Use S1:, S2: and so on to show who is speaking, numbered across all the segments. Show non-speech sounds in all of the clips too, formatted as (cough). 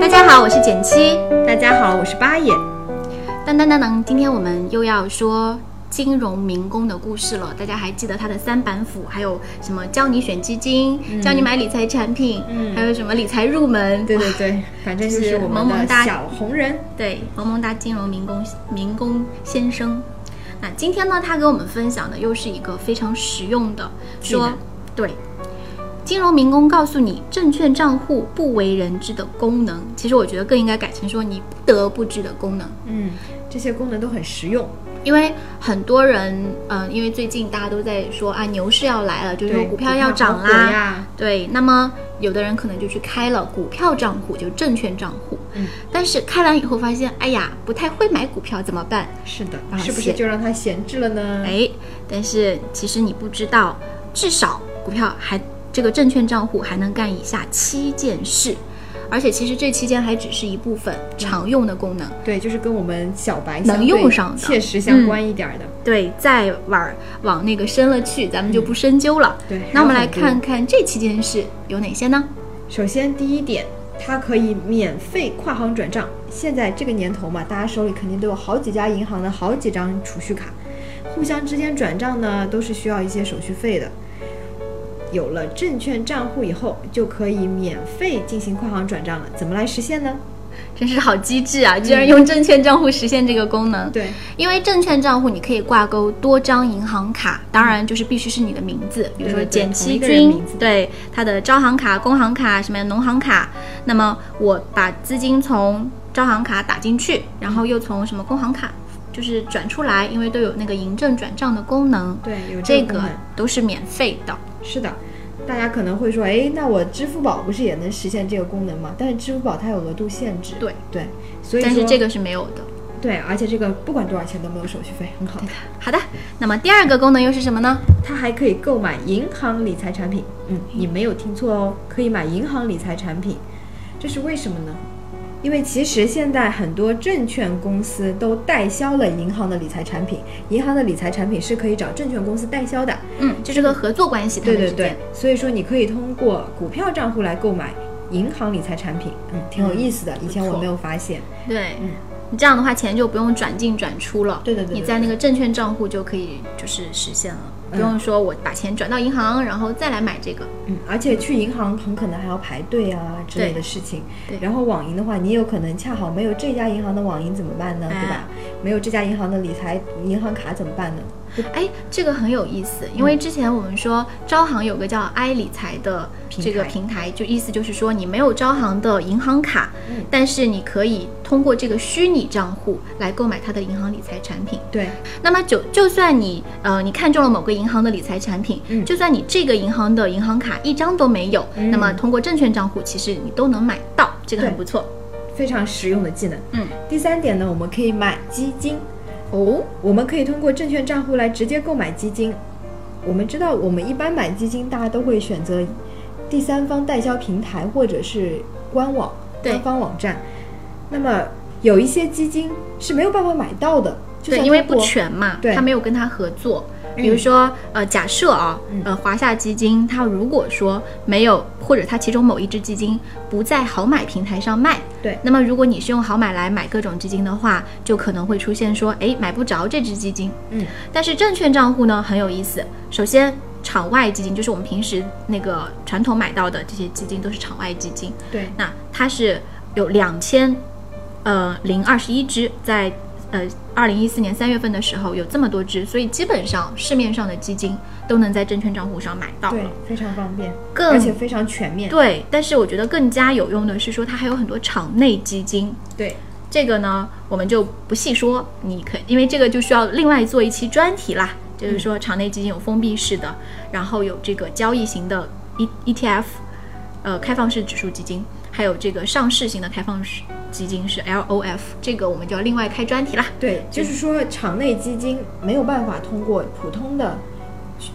S1: 大家好，我是减七。
S2: 大家好，我是八也。
S1: 当当当当，今天我们又要说金融民工的故事了。大家还记得他的三板斧，还有什么教你选基金，教你买理财产品，还有什么理财入门。
S2: 嗯对对对，反正就
S1: 就是是
S2: 我
S1: 萌萌
S2: 们的
S1: 哒
S2: 小红人。
S1: 对，萌萌哒金融民工民工先生。那今天呢，他给我们分享的又是一个非常实用的，
S2: 技能
S1: 说对，金融民工告诉你证券账户不为人知的功能。其实我觉得更应该改成说你不得不知的功能，
S2: 嗯，这些功能都很实用。
S1: 因为很多人，嗯、因为最近大家都在说啊，牛市要来了，就是说
S2: 对，
S1: 股票要涨
S2: 股票好
S1: 啦
S2: 火，呀。
S1: 对，那么有的人可能就去开了股票账户，就证券账户，
S2: 嗯，
S1: 但是开完以后发现，哎呀，不太会买股票，怎么办？
S2: 是的，
S1: 啊
S2: 是不
S1: 谢
S2: 是就让它闲置了呢？
S1: 哎，但是其实你不知道，至少股票还这个证券账户还能干以下七件事，而且其实这期间还只是一部分
S2: 嗯
S1: 常用的功能。
S2: 对，就是跟我们小白
S1: 能
S2: 相对
S1: 用上的
S2: 切实相关一点儿的。
S1: 对，再玩往那个深了去，咱们
S2: 嗯
S1: 就不深究了。
S2: 对，
S1: 那我们
S2: 还
S1: 来
S2: 有很多
S1: 看看这七件事有哪些呢？
S2: 首先，第一点，它可以免费跨行转账。现在这个年头嘛，大家手里肯定都有好几家银行的好几张储蓄卡，互相之间转账呢都是需要一些手续费的。有了证券账户以后，就可以免费进行跨行转账了。怎么来实现呢？
S1: 真是好机智啊！居然用证券账户实现这个功能。
S2: 嗯对，
S1: 因为证券账户你可以挂钩多张银行卡，当然就是必须是你的名字，比如说
S2: 嗯对对对
S1: 简七
S2: 同一个人
S1: 君
S2: 名字，
S1: 对他的招行卡、工行卡、什么农行卡。那么我把资金从招行卡打进去，然后又从什么工行卡就是转出来，因为都有那个银证转账的功能，
S2: 对，有
S1: 这
S2: 个功
S1: 个
S2: 能。
S1: 都是免费的。
S2: 是的，大家可能会说，哎，那我支付宝不是也能实现这个功能吗？但是支付宝它有额度限制。
S1: 对
S2: 对，所以
S1: 但是
S2: 说
S1: 这个是没有的。
S2: 对，而且这个不管多少钱都没有手续费，很好的。
S1: 好的，那么第二个功能又是什么呢？
S2: 它还可以购买银行理财产品。嗯，你没有听错哦，可以买银行理财产品。这是为什么呢？因为其实现在很多证券公司都代销了银行的理财产品，银行的理财产品是可以找证券公司代销的。
S1: 嗯，就是个合作关系，他
S2: 对
S1: 们之
S2: 对
S1: 间。
S2: 对，所以说你可以通过股票账户来购买银行理财产品，嗯，挺有意思的。以前我没有发现，
S1: 对，
S2: 嗯
S1: 你这样的话钱就不用转进转出了，
S2: 对对对对
S1: 你在那个证券账户就可以就是实现了，不
S2: 嗯
S1: 用说我把钱转到银行，然后再来买这个。
S2: 嗯，而且去银行很可能还要排队啊之类
S1: 对
S2: 的事情。
S1: 对
S2: 然后网银的话，你有可能恰好没有这家银行的网银怎么办呢？对吧？没有这家银行的理财银行卡怎么办呢？
S1: 哎，这个很有意思，因为之前我们说招行有个叫 i 理财的这个平
S2: 平
S1: 台，就意思就是说你没有招行的银行卡，
S2: 嗯
S1: 但是你可以通过这个虚拟账户来购买它的银行理财产品。
S2: 对，
S1: 那么就就算你呃你看中了某个银行的理财产品，
S2: 嗯
S1: 就算你这个银行的银行卡一张都没有，
S2: 嗯
S1: 那么通过证券账户其实你都能买到，这个很
S2: 对
S1: 不错。
S2: 非常实用的技能。
S1: 嗯，
S2: 第三点呢，我们可以买基金。
S1: 哦，
S2: 我们可以通过证券账户来直接购买基金。我们知道，我们一般买基金，大家都会选择第三方代销平台或者是官网、
S1: 对
S2: 官方网站。那么有一些基金是没有办法买到的，就
S1: 对，
S2: 像
S1: 因为
S2: 中
S1: 不
S2: 国
S1: 全嘛，
S2: 对
S1: 他没有跟他合作。
S2: 嗯
S1: 比如说，呃，假设啊，
S2: 嗯
S1: 呃，华夏基金，它如果说没有，或者它其中某一只基金不在好买平台上卖，
S2: 对
S1: 那么如果你是用好买来买各种基金的话，就可能会出现说，哎，买不着这只基金，
S2: 嗯，
S1: 但是证券账户呢很有意思，首先。场外基金就是我们平时那个传统买到的这些基金都是场外基金，
S2: 对
S1: 那它是有两千呃零二十一只，在呃二零一四年三月份的时候有这么多只，所以基本上市面上的基金都能在证券账户上买到
S2: 对
S1: 了。
S2: 非常方便，
S1: 更
S2: 而且非常全面。
S1: 对，但是我觉得更加有用的是说，它还有很多场内基金，
S2: 对
S1: 这个呢，我们就不细说，你可因为这个就需要另外做一期专题啦。就是说，场内基金有封闭式的，然后有这个交易型的 E ETF，呃，开放式指数基金，还有这个上市型的开放式基金是 LOF，这个我们就要另外开专题啦。
S2: 对，就是说场内基金没有办法通过普通的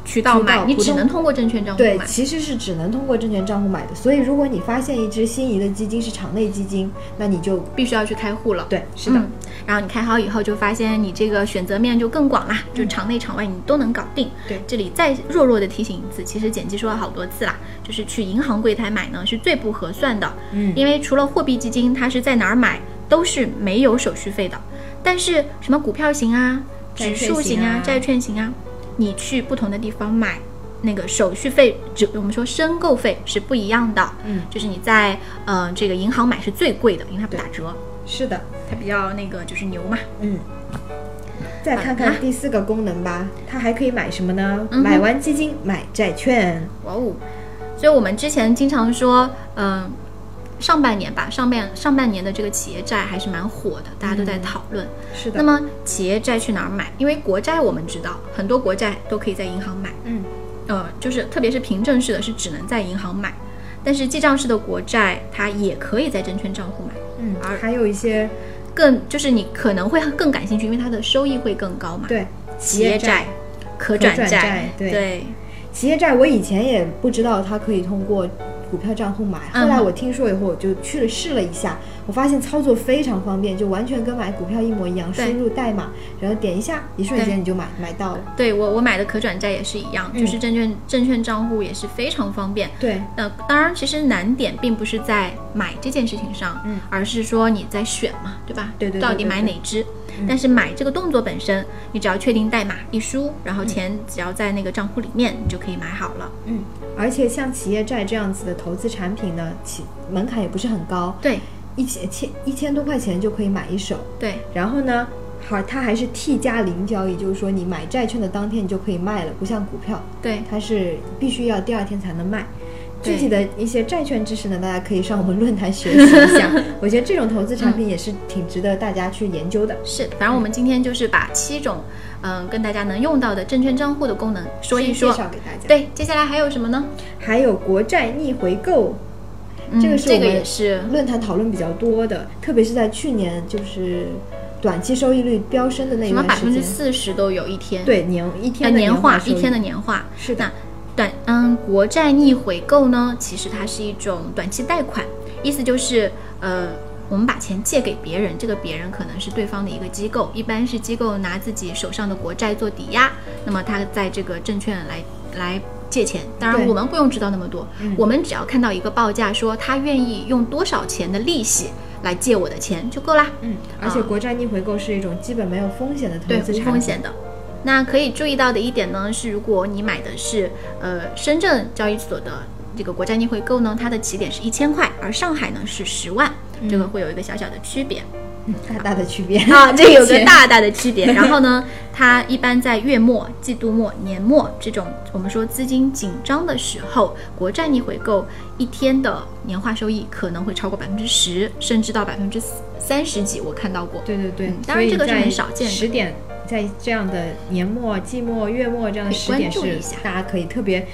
S1: 渠道买，
S2: 渠道
S1: 你
S2: 普
S1: 只
S2: 通
S1: 能通过证券账户
S2: 对，
S1: 买。
S2: 其实是只能通过证券账户买的。所以，如果你发现一只心仪的基金是场内基金，那你就
S1: 必须要去开户了。
S2: 对，是的，
S1: 嗯。然后你开好以后，就发现你这个选择面就更广啦，就
S2: 嗯
S1: 场内场外你都能搞定。
S2: 对
S1: 这里再弱弱的提醒一次，其实简辑说了好多次啦，就是去银行柜台买呢是最不合算的，
S2: 嗯
S1: 因为除了货币基金，它是在哪儿买都是没有手续费的，但是什么股票型啊、
S2: 债
S1: 指
S2: 券
S1: 数型
S2: 型
S1: 啊
S2: 啊、
S1: 债券型啊，你去不同的地方买。那个手续费，只我们说申购费是不一样的，
S2: 嗯，
S1: 就是你在呃这个银行买是最贵的，因为它不打折，
S2: 是的，
S1: 它比较那个就是牛嘛。
S2: 嗯。再看
S1: 好
S2: 看
S1: 啦
S2: 第四个功能吧，它还可以买什么呢？
S1: 嗯哼
S2: 买完基金买债券，
S1: 哇哦！所以我们之前经常说，嗯、上半年吧，上半上半年的这个企业债还是蛮火的，大家都在讨论。
S2: 嗯是的。
S1: 那么企业债去哪儿买？因为国债我们知道，很多国债都可以在银行买，
S2: 嗯，
S1: 呃，就是特别是凭证式的是只能在银行买，但是记账式的国债它也可以在证券账户买。
S2: 嗯
S1: 而，
S2: 还有一些
S1: 更就是你可能会更感兴趣，因为它的收益会更高嘛。，
S2: 对
S1: 企业债、可转
S2: 转债对
S1: 对
S2: 企业债，我以前也不知道它可以通过股票账户买，
S1: 嗯
S2: 后来我听说以后，我就去了试了一下，我发现操作非常方便，就完全跟买股票一模一样，输
S1: 对
S2: 入代码，然后点一下，一瞬
S1: 对
S2: 间你就买买到了。
S1: 对我我买的可转债也是一样，
S2: 嗯
S1: 就是证券证券账户也是非常方便。
S2: 对，
S1: 呃，当然，其实难点并不是在买这件事情上，
S2: 嗯
S1: 而是说你在选嘛，对吧？
S2: 对对对
S1: 到底
S2: 对
S1: 买
S2: 对
S1: 哪只？
S2: 嗯
S1: 但是买这个动作本身，你只要确定代码一输，然后钱只要在那个账户里面，你就可以买好了。
S2: 嗯，而且像企业债这样子的投资产品呢，其门槛也不是很高，
S1: 对
S2: 一千千一千多块钱就可以买一手。
S1: 对，
S2: 然后呢，好，它还是 T 加零交易，就是说你买债券的当天你就可以卖了，不像股票，
S1: 对，
S2: 它是必须要第二天才能卖。
S1: 对
S2: 具体的一些债券知识呢，大家可以上我们论坛学习
S1: (laughs)
S2: 一下。我觉得这种投资产品也是挺值得大家去研究的。
S1: 是。反正我们今天就是把七种，嗯、跟大家能用到的证券账户的功能说一
S2: 先
S1: 说
S2: 介。绍给大家。，
S1: 对，接下来还有什么呢？
S2: 还有国债逆回购，
S1: 嗯、
S2: 这个是我
S1: 这
S2: 们
S1: 个也是
S2: 论坛讨论比较多的，特别是在去年就是短期收益率飙升的那一
S1: 什么
S2: 段
S1: 百
S2: 时
S1: 分之
S2: 间，
S1: 四十都有一天，
S2: 对年一
S1: 呃，
S2: 天的
S1: 年化
S2: 收益
S1: 一天的年化。
S2: 是的
S1: 那短嗯，国债逆回购呢，其实它是一种短期贷款，意思就是呃，我们把钱借给别人，这个别人可能是对方的一个机构，一般是机构拿自己手上的国债做抵押，那么他在这个证券来来。借钱，当然
S2: 对
S1: 我们不用知道那么多，
S2: 嗯
S1: 我们只要看到一个报价说他愿意用多少钱的利息来借我的钱就够啦。
S2: 嗯，而且国债逆回购是一种基本没有风险的投
S1: 啊对，
S2: 资
S1: 无
S2: 产
S1: 风
S2: 品。
S1: 险的。那可以注意到的一点呢，是如果你买的是呃深圳交易所的这个国债逆回购呢，它的起点是一千块，而上海呢是十万，这个会有一个小小的区
S2: (laughs)
S1: 别、
S2: 嗯大大的区别
S1: 啊，这有个
S2: 钱
S1: 大大的区
S2: (laughs)
S1: 别。然后呢，它一般在月末、季度末、年末这种我们说资金紧张的时候，国债逆回购一天的年化收益可能会超过百分之十，甚至到百分之三十几，我看到过。
S2: 对对对
S1: 嗯，当然这个是很少见的
S2: 十点在这样的年末、季末、月末这样的
S1: 可以
S2: 时
S1: 关
S2: 点
S1: 注
S2: 是
S1: 一下
S2: 大家可以特别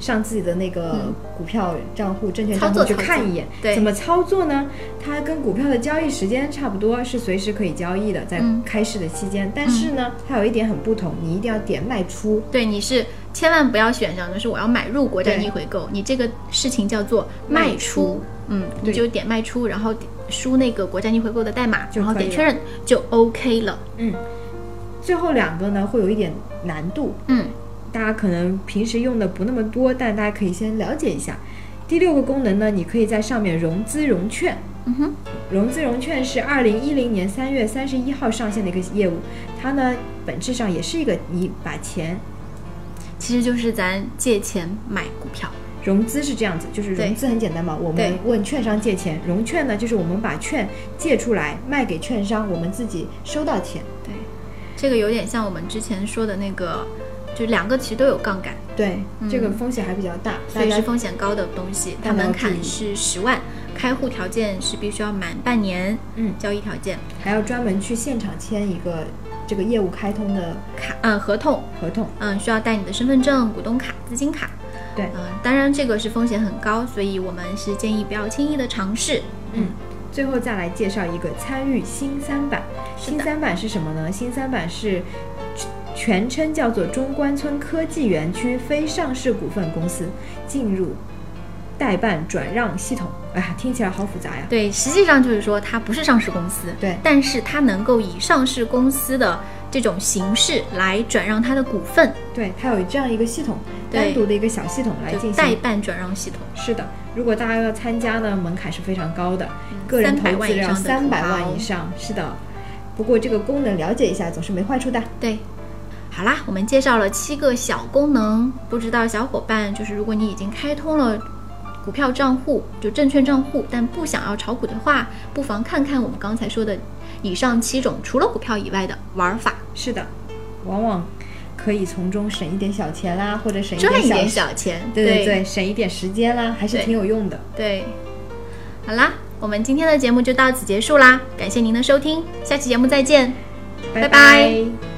S2: 上自己的那个
S1: 嗯
S2: 股票账户、证券
S1: 操
S2: 账
S1: 作
S2: 户去
S1: 操作
S2: 看一眼。
S1: 对
S2: 怎么操作呢？它跟股票的交易时间差不多，是随时可以交易的，在
S1: 嗯
S2: 开市的期间。但是呢，它有一点很不同，你一定要点卖出。
S1: 对，你是千万不要选上，就是我要买入国债
S2: 对
S1: 逆回购，你这个事情叫做
S2: 卖
S1: 卖出
S2: 出，
S1: 嗯，你
S2: 对
S1: 就点卖出，然后点输那个国债逆回购的代码，
S2: 就
S1: 然后
S2: 可
S1: 点
S2: 以
S1: 确认就 OK 了，
S2: 嗯，最后两个呢会有一点难度，
S1: 嗯，
S2: 大家可能平时用的不那么多，但大家可以先了解一下。第六个功能呢，你可以在上面融资融券。
S1: 嗯哼，
S2: 融资融券是二零一零年三月三十一号上线的一个业务，它呢本质上也是一个你把钱
S1: 其实就是咱借钱买股票，
S2: 融资是这样子，就是
S1: 对
S2: 融资很简单嘛，我
S1: 对
S2: 们问券商借钱，融券呢就是我们把券借出来卖给券商，我们自己收到钱。
S1: 对，这个有点像我们之前说的那个，就两个其实都有杠杆，
S2: 对，这个
S1: 嗯
S2: 风险还比较大，
S1: 所
S2: 大
S1: 以
S2: 家
S1: 是风险高的东西，它
S2: 大家要
S1: 门
S2: 注
S1: 槛
S2: 意
S1: 是十万，开户条件是必须要满半年，
S2: 嗯
S1: 交易条件
S2: 还要专门去现场签一个这个业务开通的
S1: 卡，嗯，合同，
S2: 合同。
S1: 嗯，需要带你的身份证、股东卡、资金卡。
S2: 对
S1: 呃嗯、当然这个是风险很高，所以我们是建议不要轻易的尝试。
S2: 嗯，最后再来介绍一个参与新三板。新三板是什么呢？新三板是全称叫做中关村科技园区非上市股份公司进入代办转让系统。哎呀，听起来好复杂呀。
S1: 对，实际上就是说它不是上市公司，
S2: 对
S1: 但是它能够以上市公司的这种形式来转让它的股份，
S2: 对，它有这样一个系统，
S1: 对
S2: 单独的一个小系统来
S1: 就
S2: 进
S1: 代
S2: 行。
S1: 办转让系统。
S2: 是的，如果大家要参加呢，门槛是非常高的，个人投
S1: 300万嗯
S2: 资
S1: 以
S2: 要
S1: 上的
S2: 三百
S1: 土豪
S2: 万以上。是的，不过这个功能了解一下总是没坏处的。
S1: 对，好啦，我们介绍了七个小功能，不知道小伙伴就是如果你已经开通了股票账户，就证券账户，但不想要炒股的话，不妨看看我们刚才说的以上七种除了股票以外的玩法，
S2: 是的，往往可以从中省一点小钱啦，或者省一
S1: 赚一点
S2: 点小，
S1: 小钱。
S2: 对
S1: 对
S2: 对，省一点时间啦，还是
S1: 对
S2: 挺有用的。
S1: 对好啦，我们今天的节目就到此结束啦，感谢您的收听，下期节目再见。拜拜
S2: 拜